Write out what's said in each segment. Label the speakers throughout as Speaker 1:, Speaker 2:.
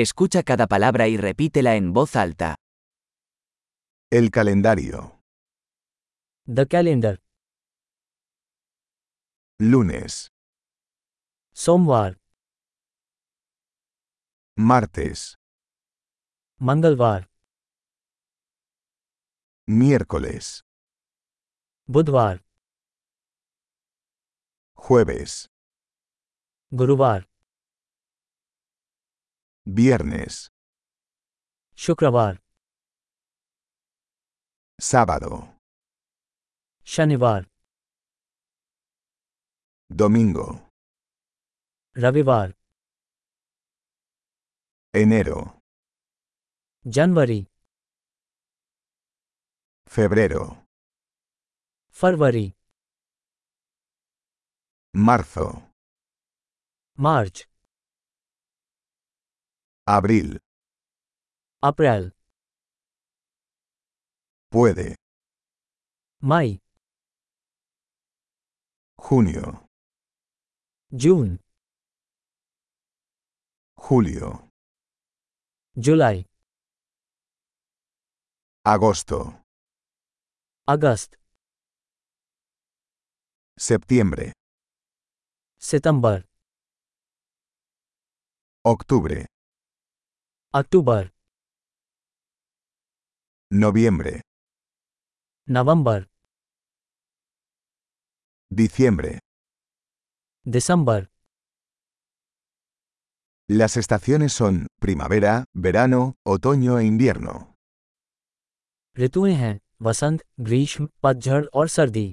Speaker 1: Escucha cada palabra y repítela en voz alta.
Speaker 2: El calendario.
Speaker 3: The calendar.
Speaker 2: Lunes,
Speaker 3: सोमवार
Speaker 2: martes,
Speaker 3: मंगलवार
Speaker 2: miércoles,
Speaker 3: बुधवार
Speaker 2: jueves,
Speaker 3: गुरुवार
Speaker 2: viernes,
Speaker 3: शुक्रवार
Speaker 2: sábado,
Speaker 3: शनिवार
Speaker 2: domingo,
Speaker 3: रविवार
Speaker 2: enero,
Speaker 3: जनवरी
Speaker 2: febrero,
Speaker 3: फरवरी
Speaker 2: marzo,
Speaker 3: मार्च
Speaker 2: abril.
Speaker 3: अप्रैल
Speaker 2: Puede,
Speaker 3: मई
Speaker 2: junio,
Speaker 3: जून
Speaker 2: julio,
Speaker 3: जुलाई
Speaker 2: agosto,
Speaker 3: अगस्त
Speaker 2: septiembre,
Speaker 3: सितंबर
Speaker 2: octubre,
Speaker 3: अक्टूबर
Speaker 2: noviembre,
Speaker 3: नवंबर
Speaker 2: diciembre.
Speaker 3: दिसंबर
Speaker 2: Las estaciones son primavera, verano, otoño e invierno.
Speaker 3: ऋतुएं हैं वसंत ग्रीष्म पतझड़ और सर्दी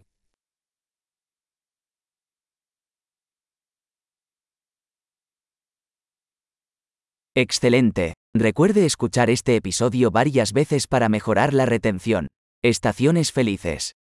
Speaker 1: Excelente. Recuerde escuchar este episodio varias veces para mejorar la retención. Estaciones felices.